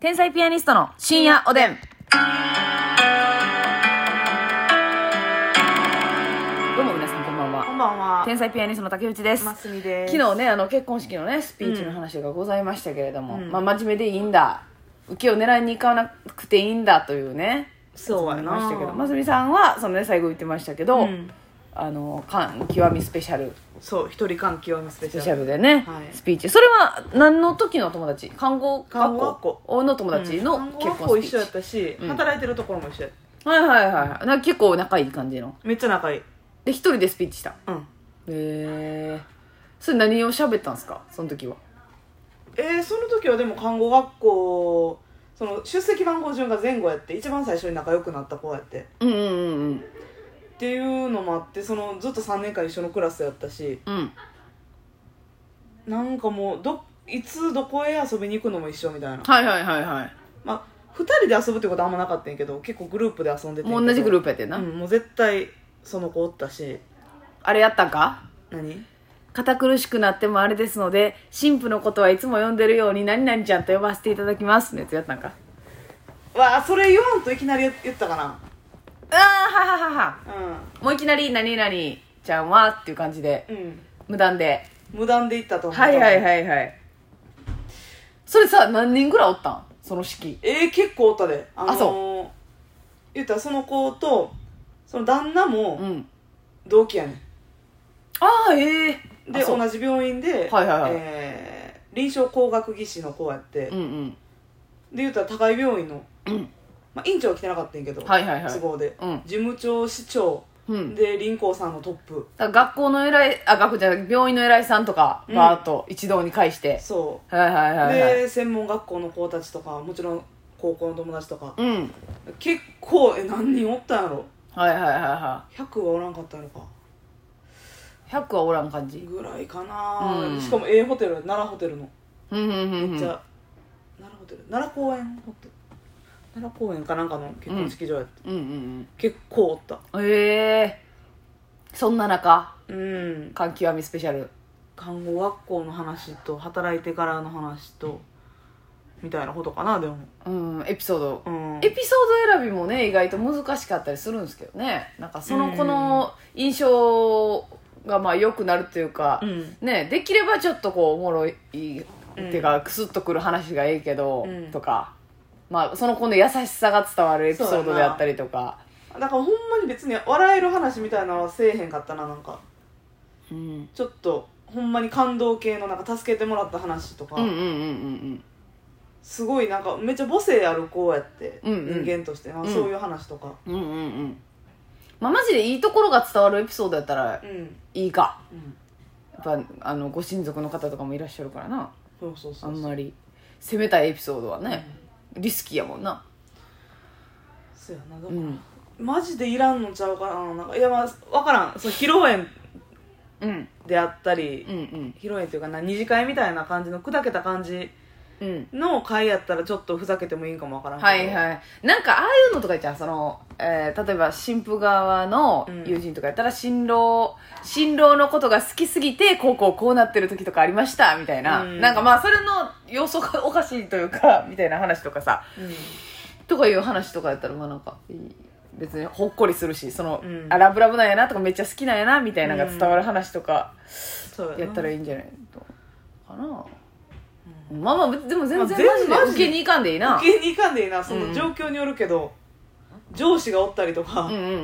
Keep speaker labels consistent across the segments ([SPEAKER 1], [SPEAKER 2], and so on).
[SPEAKER 1] 天才ピアニストの深夜おでん。どうも皆さんこんばん
[SPEAKER 2] こん
[SPEAKER 1] は。
[SPEAKER 2] ばんは。
[SPEAKER 1] 天才ピアニストの竹内です。
[SPEAKER 2] ますみです。
[SPEAKER 1] 昨日ねあの結婚式のねスピーチの話がございましたけれども、
[SPEAKER 2] うん
[SPEAKER 1] まあ、真面目でいいんだ受けを狙いに行かなくていいんだというね
[SPEAKER 2] そうや
[SPEAKER 1] り
[SPEAKER 2] な。
[SPEAKER 1] ましたけど真澄さんはその、ね、最後言ってましたけど、
[SPEAKER 2] うん
[SPEAKER 1] あの感極みスペシャル
[SPEAKER 2] そう、一人関係を見スペ
[SPEAKER 1] ス
[SPEAKER 2] シ
[SPEAKER 1] ペシャ
[SPEAKER 2] ャル。
[SPEAKER 1] ルでね、
[SPEAKER 2] はい
[SPEAKER 1] スピーチそれは何の時の友達看護
[SPEAKER 2] 看護
[SPEAKER 1] 学
[SPEAKER 2] 学
[SPEAKER 1] 校の友達の
[SPEAKER 2] 看護
[SPEAKER 1] 結
[SPEAKER 2] 学
[SPEAKER 1] 婚
[SPEAKER 2] 校
[SPEAKER 1] ス
[SPEAKER 2] 一
[SPEAKER 1] ピ
[SPEAKER 2] 緒や
[SPEAKER 1] ー
[SPEAKER 2] っ
[SPEAKER 1] チ、
[SPEAKER 2] たし、
[SPEAKER 1] うん
[SPEAKER 2] 働いてるところも一緒やっ
[SPEAKER 1] はいはいはいはいなんか結構仲いい感じの
[SPEAKER 2] た。めっちゃ仲いい。
[SPEAKER 1] で一人でスピーチしたへ
[SPEAKER 2] うん。
[SPEAKER 1] えそれ何を喋ったんですかその時は
[SPEAKER 2] えー、その時はでも看護学校、その出席番号順が前後やって、一番最初に仲良くなった子やって。
[SPEAKER 1] うんうんうんうん
[SPEAKER 2] っていうのもあって、そのずっと3年間一緒のクラスやったし、
[SPEAKER 1] うん
[SPEAKER 2] なんかもう、ど、いつどこへ遊びに行くのも一緒みたいな。
[SPEAKER 1] はいはいはいはい
[SPEAKER 2] まあ、2人で遊ぶってことはあんまなかったんやけど、結構グループで遊んでてんけど。
[SPEAKER 1] もう同じグループやってんな、
[SPEAKER 2] うん、もう絶対その子おったし
[SPEAKER 1] あれやったんか
[SPEAKER 2] 何
[SPEAKER 1] 堅苦しくなってもあれですので神父のことはいつも呼んでるように何々ちゃんと呼ばせていただきますのやつやったんか
[SPEAKER 2] わあそれ言わんといきなり言ったかな
[SPEAKER 1] ああはははは
[SPEAKER 2] う
[SPEAKER 1] もういきなり何々ちゃんはっていう感じで
[SPEAKER 2] んうん
[SPEAKER 1] 無断で
[SPEAKER 2] 無断で言ったと思った
[SPEAKER 1] はいはいはいはいそれさ何人ぐらいおったんその式
[SPEAKER 2] えー、結構おったであのー
[SPEAKER 1] あ
[SPEAKER 2] 言ったらその子とその旦那
[SPEAKER 1] う
[SPEAKER 2] も
[SPEAKER 1] ん
[SPEAKER 2] 同期やね
[SPEAKER 1] ああええ
[SPEAKER 2] ん
[SPEAKER 1] ー、
[SPEAKER 2] で
[SPEAKER 1] あそう
[SPEAKER 2] 同じ病院で、
[SPEAKER 1] はいはいはい
[SPEAKER 2] えー臨床工学技師の子やって、
[SPEAKER 1] うんうん
[SPEAKER 2] で言ったら高井病院の、
[SPEAKER 1] うん
[SPEAKER 2] まあ、院長は来てなかったんやけど、
[SPEAKER 1] はいはいはい
[SPEAKER 2] 都合で、
[SPEAKER 1] うん
[SPEAKER 2] 事務長市長
[SPEAKER 1] うん
[SPEAKER 2] で林光さんのトップ
[SPEAKER 1] だから学校の偉いあ学校じゃなくて病院の偉いさんとか
[SPEAKER 2] うん
[SPEAKER 1] バーッと一堂に会して、
[SPEAKER 2] そう
[SPEAKER 1] はいはいはいはい
[SPEAKER 2] で専門学校の子たちとかもちろん高校の友達とか
[SPEAKER 1] うん
[SPEAKER 2] 結構え何人おったんやろ
[SPEAKER 1] はいはいはいは
[SPEAKER 2] 100はおらんかったのか
[SPEAKER 1] い100はおらん感じ
[SPEAKER 2] ぐらいかな、
[SPEAKER 1] うん
[SPEAKER 2] しかも A ホテル奈良ホテルの
[SPEAKER 1] うんうんうん
[SPEAKER 2] め
[SPEAKER 1] う
[SPEAKER 2] っ
[SPEAKER 1] ん
[SPEAKER 2] ちゃ、奈良ホテル奈良公園ホテル奈良公園かなんかの結婚式場やって、
[SPEAKER 1] うんうん
[SPEAKER 2] 結構おった
[SPEAKER 1] うんへえそんな中
[SPEAKER 2] うん
[SPEAKER 1] 環極みスペシャル
[SPEAKER 2] 看護学校の話と働いてからの話とみたいなことかなでも
[SPEAKER 1] うんエピソード、
[SPEAKER 2] うん
[SPEAKER 1] エピソード選びもね意外と難しかったりするんですけどねなんかその
[SPEAKER 2] うん
[SPEAKER 1] 子の印象がまあ良くなるというか、
[SPEAKER 2] うん
[SPEAKER 1] ねできればちょっとこうおもろいっていうか、クスッとくる話がええけど、
[SPEAKER 2] うん
[SPEAKER 1] とかまあその子の優しさが伝わるエピソードであったりとか
[SPEAKER 2] だからほんまに別に笑える話みたいなのはせえへんかったななんか
[SPEAKER 1] うん
[SPEAKER 2] ちょっとほんまに感動系のなんか助けてもらった話とか、
[SPEAKER 1] うんうんうんうん
[SPEAKER 2] すごいなんかめっちゃ母性ある子やって、
[SPEAKER 1] うんうん
[SPEAKER 2] 人間として、まあ、
[SPEAKER 1] うん
[SPEAKER 2] そういう話とか
[SPEAKER 1] うんうんうんまあマジでいいところが伝わるエピソードやったら
[SPEAKER 2] うん、うん
[SPEAKER 1] いいかやっぱあのご親族の方とかもいらっしゃるからな
[SPEAKER 2] そうそうそ
[SPEAKER 1] あ
[SPEAKER 2] うんそう
[SPEAKER 1] まり攻めたいエピソードはね、リスキーやもんな
[SPEAKER 2] そうやなだか
[SPEAKER 1] う
[SPEAKER 2] ら、
[SPEAKER 1] ん
[SPEAKER 2] マジでいらんのちゃうかななんかいやまあ分からんそう披露宴
[SPEAKER 1] うん
[SPEAKER 2] であったり、
[SPEAKER 1] うんうん
[SPEAKER 2] 披露宴っていうかな二次会みたいな感じの砕けた感じ
[SPEAKER 1] うん
[SPEAKER 2] の会やったらちょっとふざけてもいいんかもわからんけど
[SPEAKER 1] はいはいなんかああいうのとかじゃんその、えー例えば新婦側の
[SPEAKER 2] うん
[SPEAKER 1] 友人とかやったら新郎新郎のことが好きすぎてこうこうこうなってる時とかありましたみたいな、
[SPEAKER 2] うん
[SPEAKER 1] なんかまあそれの様子がおかしいというかみたいな話とかさ
[SPEAKER 2] うん
[SPEAKER 1] とかいう話とかやったらまあなんかいい別にほっこりするしその、
[SPEAKER 2] うん
[SPEAKER 1] あラブラブなんやなとかめっちゃ好きなんやなみたいなのが伝わる話とか
[SPEAKER 2] そう
[SPEAKER 1] や
[SPEAKER 2] や
[SPEAKER 1] っ
[SPEAKER 2] な
[SPEAKER 1] たらいいんじゃないとかな、まあまあでも全然マ
[SPEAKER 2] まあ
[SPEAKER 1] ジ
[SPEAKER 2] 全
[SPEAKER 1] で
[SPEAKER 2] マジで
[SPEAKER 1] 受けに行かんでいいな
[SPEAKER 2] 受けに行かんでいいなそ
[SPEAKER 1] うん
[SPEAKER 2] の状況によるけど、上司がおったりとか、
[SPEAKER 1] うんうんうんう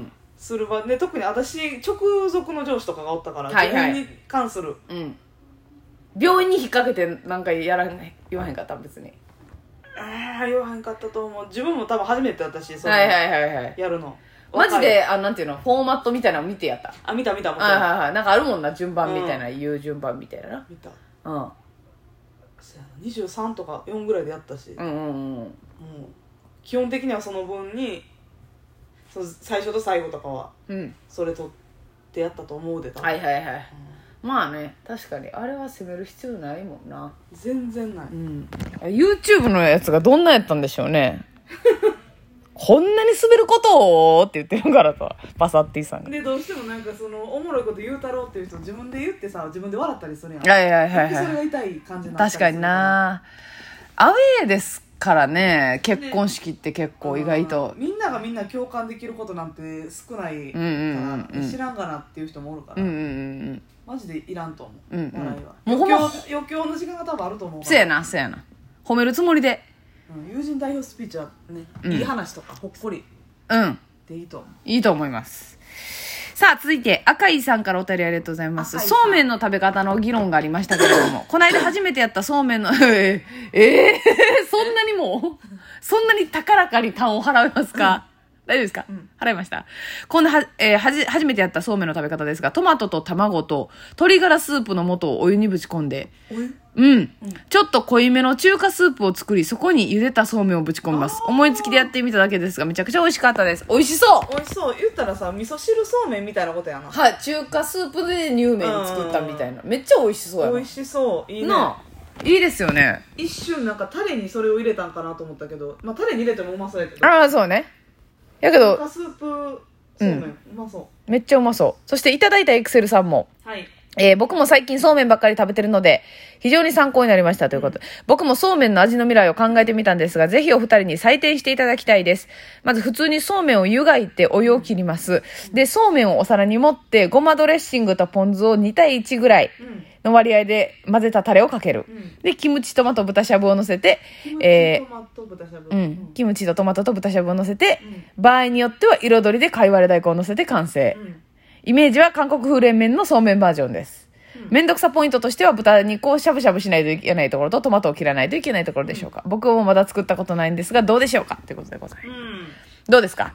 [SPEAKER 1] ん
[SPEAKER 2] する場で特に私直属の上司とかがおったから、
[SPEAKER 1] はいはい
[SPEAKER 2] 自分に関する
[SPEAKER 1] うん病院に引っ掛けてなんかやらん言わへんかった別に
[SPEAKER 2] ああ言わへんかったと思う自分も多分初めてだったしその
[SPEAKER 1] はいはいはいはい
[SPEAKER 2] やるの
[SPEAKER 1] マジ
[SPEAKER 2] 若い
[SPEAKER 1] であのなんていうのフォーマットみたいなの見てやった
[SPEAKER 2] あ見た見たもちろん
[SPEAKER 1] はいはいはいなんかあるもんな順番みたいな、言う順番みたいな
[SPEAKER 2] 見た
[SPEAKER 1] な
[SPEAKER 2] そやな23とか4ぐらいでやったし、
[SPEAKER 1] うんうんうんうん
[SPEAKER 2] もう基本的にはその分にその最初と最後とかは
[SPEAKER 1] うん
[SPEAKER 2] それ取ってやったと思うでた、
[SPEAKER 1] はいはいはいまあね確かにあれは責める必要ないもんな
[SPEAKER 2] 全然ない、
[SPEAKER 1] うん、YouTube のやつがどんなやったんでしょうね こんなに滑ることをって言ってるからさバサッティさんが
[SPEAKER 2] でどうしてもなんかそのおもろいこと言うたろうっていう人自分で言ってさ自分で笑ったりするやん、
[SPEAKER 1] はいはいはい
[SPEAKER 2] それ
[SPEAKER 1] は
[SPEAKER 2] が痛い感
[SPEAKER 1] い
[SPEAKER 2] じになったり
[SPEAKER 1] 確
[SPEAKER 2] する
[SPEAKER 1] かになアウェーですからね結婚式って結構意外と、
[SPEAKER 2] みんながみんな共感できることなんて少ないから、
[SPEAKER 1] うんうんうんうん
[SPEAKER 2] 知らんがなっていう人もおるから、
[SPEAKER 1] うんうんうんうん
[SPEAKER 2] マジでいらんと思う、
[SPEAKER 1] うんうん
[SPEAKER 2] 笑いは
[SPEAKER 1] もうほん
[SPEAKER 2] 余
[SPEAKER 1] ま
[SPEAKER 2] 興余興の時間が多分あると思うか
[SPEAKER 1] せ
[SPEAKER 2] ら
[SPEAKER 1] やなせやな褒めるつもりで
[SPEAKER 2] うん友人代表スピーチはね、
[SPEAKER 1] うん
[SPEAKER 2] いい話とかほっこり
[SPEAKER 1] うん
[SPEAKER 2] でいいと思う
[SPEAKER 1] いいと思いますさあ続いて赤井さんからお便りありがとうございます
[SPEAKER 2] 赤井
[SPEAKER 1] そ
[SPEAKER 2] さん
[SPEAKER 1] うめんの食べ方の議論がありましたけれど もこの間初めてやったそうめんの えー、えー、そんなにもう そんなに高らかに単を払いますか大丈夫ですか、
[SPEAKER 2] ん
[SPEAKER 1] 払いましたこんなは、えーはじ初めてやったそうめんの食べ方ですがトマトと卵と鶏ガラスープの素をお湯にぶち込んで
[SPEAKER 2] お湯
[SPEAKER 1] うん、ちょっと濃いめの中華スープを作りそこに茹でたそうめんをぶち込みます思いつきでやってみただけですがめちゃくちゃ美味しかったです美味しそう
[SPEAKER 2] 美味しそう言ったらさ味噌汁そうめんみたいなことやな
[SPEAKER 1] はい、中華スープで乳麺作ったみたいなめっちゃ美味しそうやな
[SPEAKER 2] 美味しそういいね
[SPEAKER 1] なあいいですよね
[SPEAKER 2] 一瞬なんかタレにそれを入れたんかなと思ったけどまあタレに入れてもうまそうやけど
[SPEAKER 1] ああそうねやけど
[SPEAKER 2] 中華スープそうめん、うまそ
[SPEAKER 1] めっちゃうまそうそしていただいたエクセルさんも
[SPEAKER 2] うはい
[SPEAKER 1] えー僕も最近そうめんばっかり食べてるので、非常に参考になりましたということで、僕もそうめんの味の未来を考えてみたんですが、ぜひお二人に採点していただきたいです。まず普通にそうめんを湯がいてお湯を切ります。で、そうめんをお皿に盛って、ごまドレッシングとポン酢を2対1ぐらい
[SPEAKER 2] うん
[SPEAKER 1] の割合で混ぜたタレをかける。
[SPEAKER 2] うん
[SPEAKER 1] で、キムチ、トマト、豚しゃぶを乗せて、
[SPEAKER 2] キムチ、
[SPEAKER 1] え
[SPEAKER 2] トマト豚しゃぶ
[SPEAKER 1] ー、う
[SPEAKER 2] うん
[SPEAKER 1] ん、キムチとトマトと豚しゃぶを乗せて、
[SPEAKER 2] う
[SPEAKER 1] 場合によっては彩りで貝割れ大根を乗せて完成。
[SPEAKER 2] うん
[SPEAKER 1] イメージは韓国風冷麺のそうめんバージョンです。めんどくさポイントとしては豚肉をしゃぶしゃぶしないといけないところとトマトを切らないといけないところでしょうか。僕もまだ作ったことないんですが、どうでしょうかということでございます。
[SPEAKER 2] うん
[SPEAKER 1] どうですか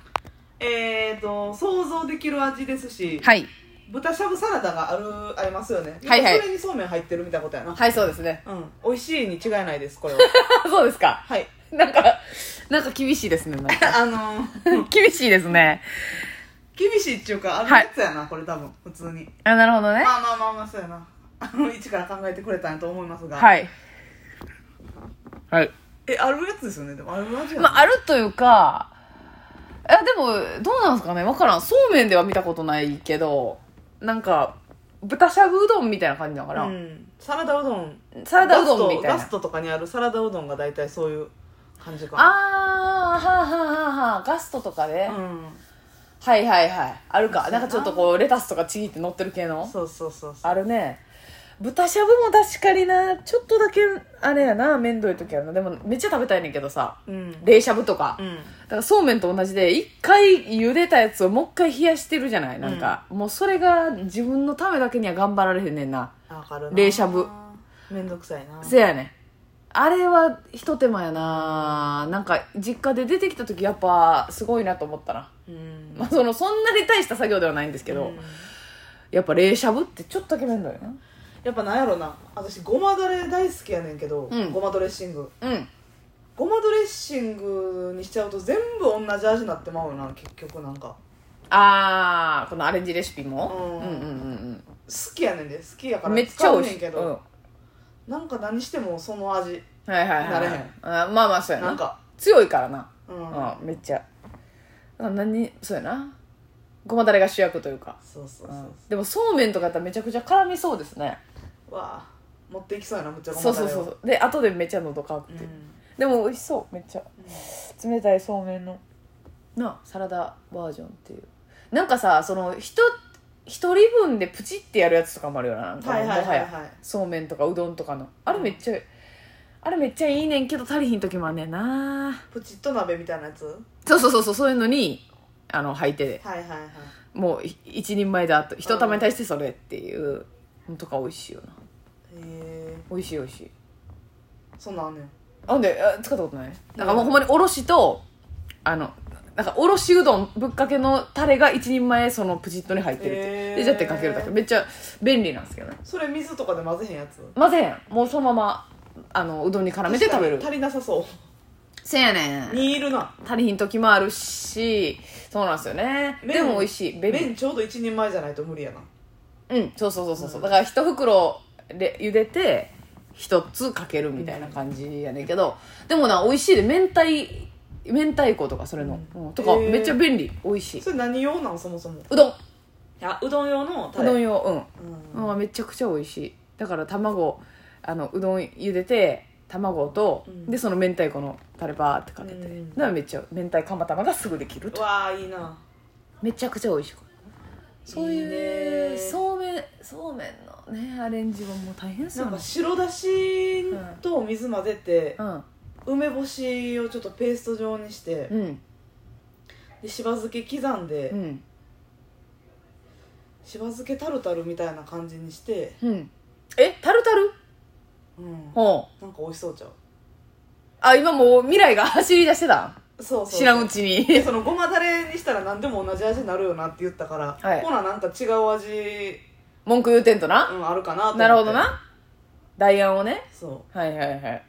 [SPEAKER 2] えーと想像できる味ですし、
[SPEAKER 1] はい。
[SPEAKER 2] 豚しゃぶサラダがあるありますよね
[SPEAKER 1] はいはい
[SPEAKER 2] それにそうめん入ってるみたいなことやな、
[SPEAKER 1] はい、そうですね。
[SPEAKER 2] うん美味しいに違いないです これは
[SPEAKER 1] そうですか。
[SPEAKER 2] はい
[SPEAKER 1] なんか、なんか厳しいですね。 なんか
[SPEAKER 2] あのー
[SPEAKER 1] 厳しいですね。
[SPEAKER 2] 厳しいっていうかあのやつやな、これ多分普通に
[SPEAKER 1] あ、なるほどね。
[SPEAKER 2] まあまあまあまあそうやなあの一から考えてくれたんやと思いますが、
[SPEAKER 1] はい。はい。
[SPEAKER 2] えあるやつですよねでもある味やな、
[SPEAKER 1] まあ、あるというか、いや、でも、どうなんですかねわからん。そうめんでは見たことないけど、なんか、豚しゃぶうどんみたいな感じだから、
[SPEAKER 2] うん、サラダうどん
[SPEAKER 1] サラダうどんみたいな。
[SPEAKER 2] ガストガストとかにあるサラダうどんが大体そういう感じかな
[SPEAKER 1] あーはあはあはあはあガストとかで、
[SPEAKER 2] う
[SPEAKER 1] はいはいはいあるか
[SPEAKER 2] そう
[SPEAKER 1] な
[SPEAKER 2] やなん
[SPEAKER 1] かちょっとこうレタスとかちぎって乗ってる系
[SPEAKER 2] ん
[SPEAKER 1] の
[SPEAKER 2] そうそうそうそう
[SPEAKER 1] あるね豚しゃぶも確かになちょっとだけあれやな面倒い時やなでもめっちゃ食べたいねんけどさ
[SPEAKER 2] うん
[SPEAKER 1] 冷しゃぶとか、
[SPEAKER 2] うん
[SPEAKER 1] だからそうめんと同じで一回茹でたやつをもう一回冷やしてるじゃないなんか、もうそれが自分のためだけには頑張られへんねんな
[SPEAKER 2] わかるな
[SPEAKER 1] 冷しゃぶ
[SPEAKER 2] めんどくさいな
[SPEAKER 1] せやねんあれは一手間やななんか実家で出てきた時やっぱすごいなと思ったな
[SPEAKER 2] うん
[SPEAKER 1] まあ、そのそんなに大した作業ではないんですけど、
[SPEAKER 2] うん
[SPEAKER 1] やっぱ冷しゃぶってちょっとだけ面倒よな
[SPEAKER 2] やっぱなんやろな私ごまだれ大好きやねんけど、
[SPEAKER 1] うん
[SPEAKER 2] ごまドレッシング
[SPEAKER 1] うん
[SPEAKER 2] ごまドレッシングにしちゃうと全部同じ味になってまうよな結局なんか
[SPEAKER 1] あーこのアレンジレシピも、
[SPEAKER 2] うん
[SPEAKER 1] うんうんうん
[SPEAKER 2] 好きやねんで好きやか
[SPEAKER 1] うん
[SPEAKER 2] ら
[SPEAKER 1] めっちゃ美
[SPEAKER 2] 使う
[SPEAKER 1] 味
[SPEAKER 2] ね
[SPEAKER 1] し
[SPEAKER 2] ん
[SPEAKER 1] い
[SPEAKER 2] け
[SPEAKER 1] うん、
[SPEAKER 2] ど、なんか何してもその味
[SPEAKER 1] はいはいはい
[SPEAKER 2] なれへん
[SPEAKER 1] あまあまあそうやな
[SPEAKER 2] なんか
[SPEAKER 1] 強いからな、
[SPEAKER 2] うん、
[SPEAKER 1] うんめっちゃあ何そうやなごまだれが主役というか、
[SPEAKER 2] そうそうそうう、
[SPEAKER 1] ん、でもそうめんとかやったらめちゃくちゃ絡みそうですね
[SPEAKER 2] わあ持っていきそうやなむっちゃごま
[SPEAKER 1] そう
[SPEAKER 2] だれ
[SPEAKER 1] そう
[SPEAKER 2] を
[SPEAKER 1] そうそうで後でめっちゃ喉乾くっていう、でも美味しそうめっちゃ冷たいそうめんのなサラダバージョンっていうなんかさその人一人分でプチってやるやつとかもあるよななんか
[SPEAKER 2] はいはい
[SPEAKER 1] もは
[SPEAKER 2] はい
[SPEAKER 1] や
[SPEAKER 2] はい
[SPEAKER 1] そうめんとかうどんとかのあれめっちゃ、あれめっちゃいいねんけど足りひん時もあんねんな
[SPEAKER 2] プチッと鍋みたいなやつ
[SPEAKER 1] そうそうそうそうそういうのにあの履いてで
[SPEAKER 2] はいはいはい
[SPEAKER 1] もうい一人前だと一玉に対してそれっていうのとか美味しいよな
[SPEAKER 2] へえ
[SPEAKER 1] 美味しい美味しい
[SPEAKER 2] そんなんあんねん
[SPEAKER 1] なんであ使ったことないなんかもうほんまにおろしとあのなんかおろしうどんぶっかけのタレが一人前そのプチッとに入ってるっていう、
[SPEAKER 2] へー
[SPEAKER 1] でじゃってかけるだけめっちゃ便利なんですけどね
[SPEAKER 2] それ水とかで混ぜへんやつ
[SPEAKER 1] 混ぜへんもうそのままあのうどんに絡めて食べる
[SPEAKER 2] 確かに足りなさそ
[SPEAKER 1] せやね
[SPEAKER 2] うにいるな
[SPEAKER 1] 足りひん時もあるしそうなんですよね
[SPEAKER 2] 麺
[SPEAKER 1] でも美味しい便利
[SPEAKER 2] 麺ちょうど一人前じゃないと無理やな
[SPEAKER 1] うんそうそうそうそう、う
[SPEAKER 2] うん
[SPEAKER 1] だから一袋で茹でて一つかけるみたいな感じやねんけど、でもな美味しいで明太明太子とかそれの、
[SPEAKER 2] う
[SPEAKER 1] うんとか
[SPEAKER 2] へー
[SPEAKER 1] めっちゃ便利美味しい
[SPEAKER 2] それ何用なんそもそも
[SPEAKER 1] うどん
[SPEAKER 2] あうどん用の
[SPEAKER 1] うどん用うん、
[SPEAKER 2] うん
[SPEAKER 1] うん、めちゃくちゃ美味しいだから卵あのうどん茹でて卵と、
[SPEAKER 2] うん
[SPEAKER 1] でその明太子のタレバーってかけて、
[SPEAKER 2] うん
[SPEAKER 1] なめっちゃ明太釜玉がすぐできる
[SPEAKER 2] う
[SPEAKER 1] と
[SPEAKER 2] わあいいな
[SPEAKER 1] めちゃくちゃ美味しくそういう
[SPEAKER 2] いいね
[SPEAKER 1] そうめんそうめんのねアレンジはもう大変です
[SPEAKER 2] な
[SPEAKER 1] よ
[SPEAKER 2] ん
[SPEAKER 1] ね
[SPEAKER 2] か白だしとお水混ぜて、梅干しをちょっとペースト状にして、
[SPEAKER 1] うんうん
[SPEAKER 2] でしば漬け刻んで、
[SPEAKER 1] うん
[SPEAKER 2] しば漬けタルタルみたいな感じにして、
[SPEAKER 1] うんえタルタル
[SPEAKER 2] うん、
[SPEAKER 1] ほう
[SPEAKER 2] なんか美味しそうちゃう
[SPEAKER 1] あ今もう未来が 走り出してた
[SPEAKER 2] そうそうそう
[SPEAKER 1] 知らんうち
[SPEAKER 2] で
[SPEAKER 1] に
[SPEAKER 2] そのごまだれにしたら何でも同じ味になるよなって言ったから、
[SPEAKER 1] はい
[SPEAKER 2] ほななんか違う味、
[SPEAKER 1] 文句言うてんと
[SPEAKER 2] う、
[SPEAKER 1] なん
[SPEAKER 2] あるかなと思って
[SPEAKER 1] なるほどな代案をね
[SPEAKER 2] そ
[SPEAKER 1] はいはいはい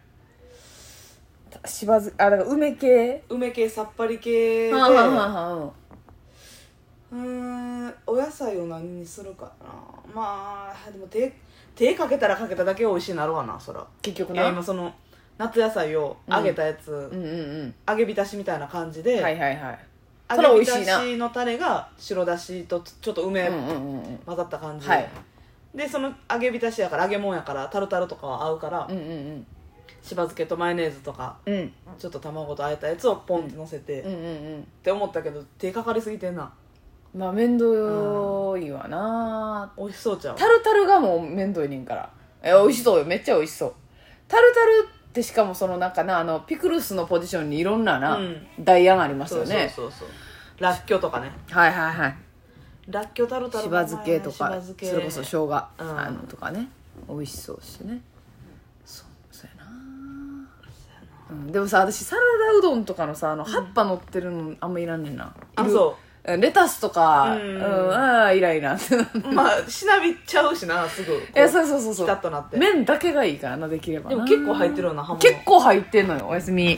[SPEAKER 1] しばずあだから梅系
[SPEAKER 2] う梅系さっぱり系で
[SPEAKER 1] はあはあはあは
[SPEAKER 2] うーんお野菜を何にするかなまあでも手手かけたらかけただけ美味しいなるわなそら
[SPEAKER 1] 結局
[SPEAKER 2] い
[SPEAKER 1] な
[SPEAKER 2] や今その夏野菜を揚げたやつ、
[SPEAKER 1] うんうん
[SPEAKER 2] 揚げ浸しみたいな感じ
[SPEAKER 1] う
[SPEAKER 2] で、
[SPEAKER 1] んはいはいはいそれ
[SPEAKER 2] 揚
[SPEAKER 1] 美
[SPEAKER 2] げ
[SPEAKER 1] 味しいな
[SPEAKER 2] 浸しのタレが白だしとちょっと
[SPEAKER 1] うん
[SPEAKER 2] 梅
[SPEAKER 1] うんうんうん
[SPEAKER 2] 混ざった感じ、
[SPEAKER 1] はい
[SPEAKER 2] でその揚げ浸しやから揚げもんやからタルタルとかは合うから、
[SPEAKER 1] うんうん
[SPEAKER 2] しば漬けとマヨネーズとか
[SPEAKER 1] うんうん
[SPEAKER 2] ちょっと卵とあえたやつをポンってのせて、
[SPEAKER 1] う
[SPEAKER 2] っ
[SPEAKER 1] んうん
[SPEAKER 2] て思ったけど手かかりすぎてんな
[SPEAKER 1] うんまあ面倒いわな
[SPEAKER 2] 美味しそうちゃう
[SPEAKER 1] タルタルがもう面倒いねんからえ美味しそうよめっちゃ美味しそうタルタルってしかもそのなんかなあのピクルスのポジションにいろんなな、
[SPEAKER 2] うん
[SPEAKER 1] 代案ありました
[SPEAKER 2] そ
[SPEAKER 1] よ
[SPEAKER 2] う
[SPEAKER 1] ね
[SPEAKER 2] そうそうそうらっきょうとかね
[SPEAKER 1] はいはいはい
[SPEAKER 2] らっきょうタルタル
[SPEAKER 1] し
[SPEAKER 2] も
[SPEAKER 1] ば
[SPEAKER 2] うまいね
[SPEAKER 1] 漬けと
[SPEAKER 2] しば
[SPEAKER 1] かそ
[SPEAKER 2] 漬け
[SPEAKER 1] れこそ生姜、
[SPEAKER 2] うん
[SPEAKER 1] あのとかね美味しそうしねそうそうやなうん、でもさ私サラダうどんとかのさあの葉っぱ乗ってるのあんまいらんねんな、
[SPEAKER 2] あ
[SPEAKER 1] いる
[SPEAKER 2] そ
[SPEAKER 1] うんレタスとか、
[SPEAKER 2] うん
[SPEAKER 1] ああイライラってなって
[SPEAKER 2] うまあしなびっちゃうしなすぐこ
[SPEAKER 1] いやそうそうそう
[SPEAKER 2] ピタッ
[SPEAKER 1] そ
[SPEAKER 2] となって
[SPEAKER 1] う麺だけがいいからなできれば
[SPEAKER 2] で
[SPEAKER 1] な
[SPEAKER 2] も結構入ってるようなハモ
[SPEAKER 1] 結構入ってんのよおやすみ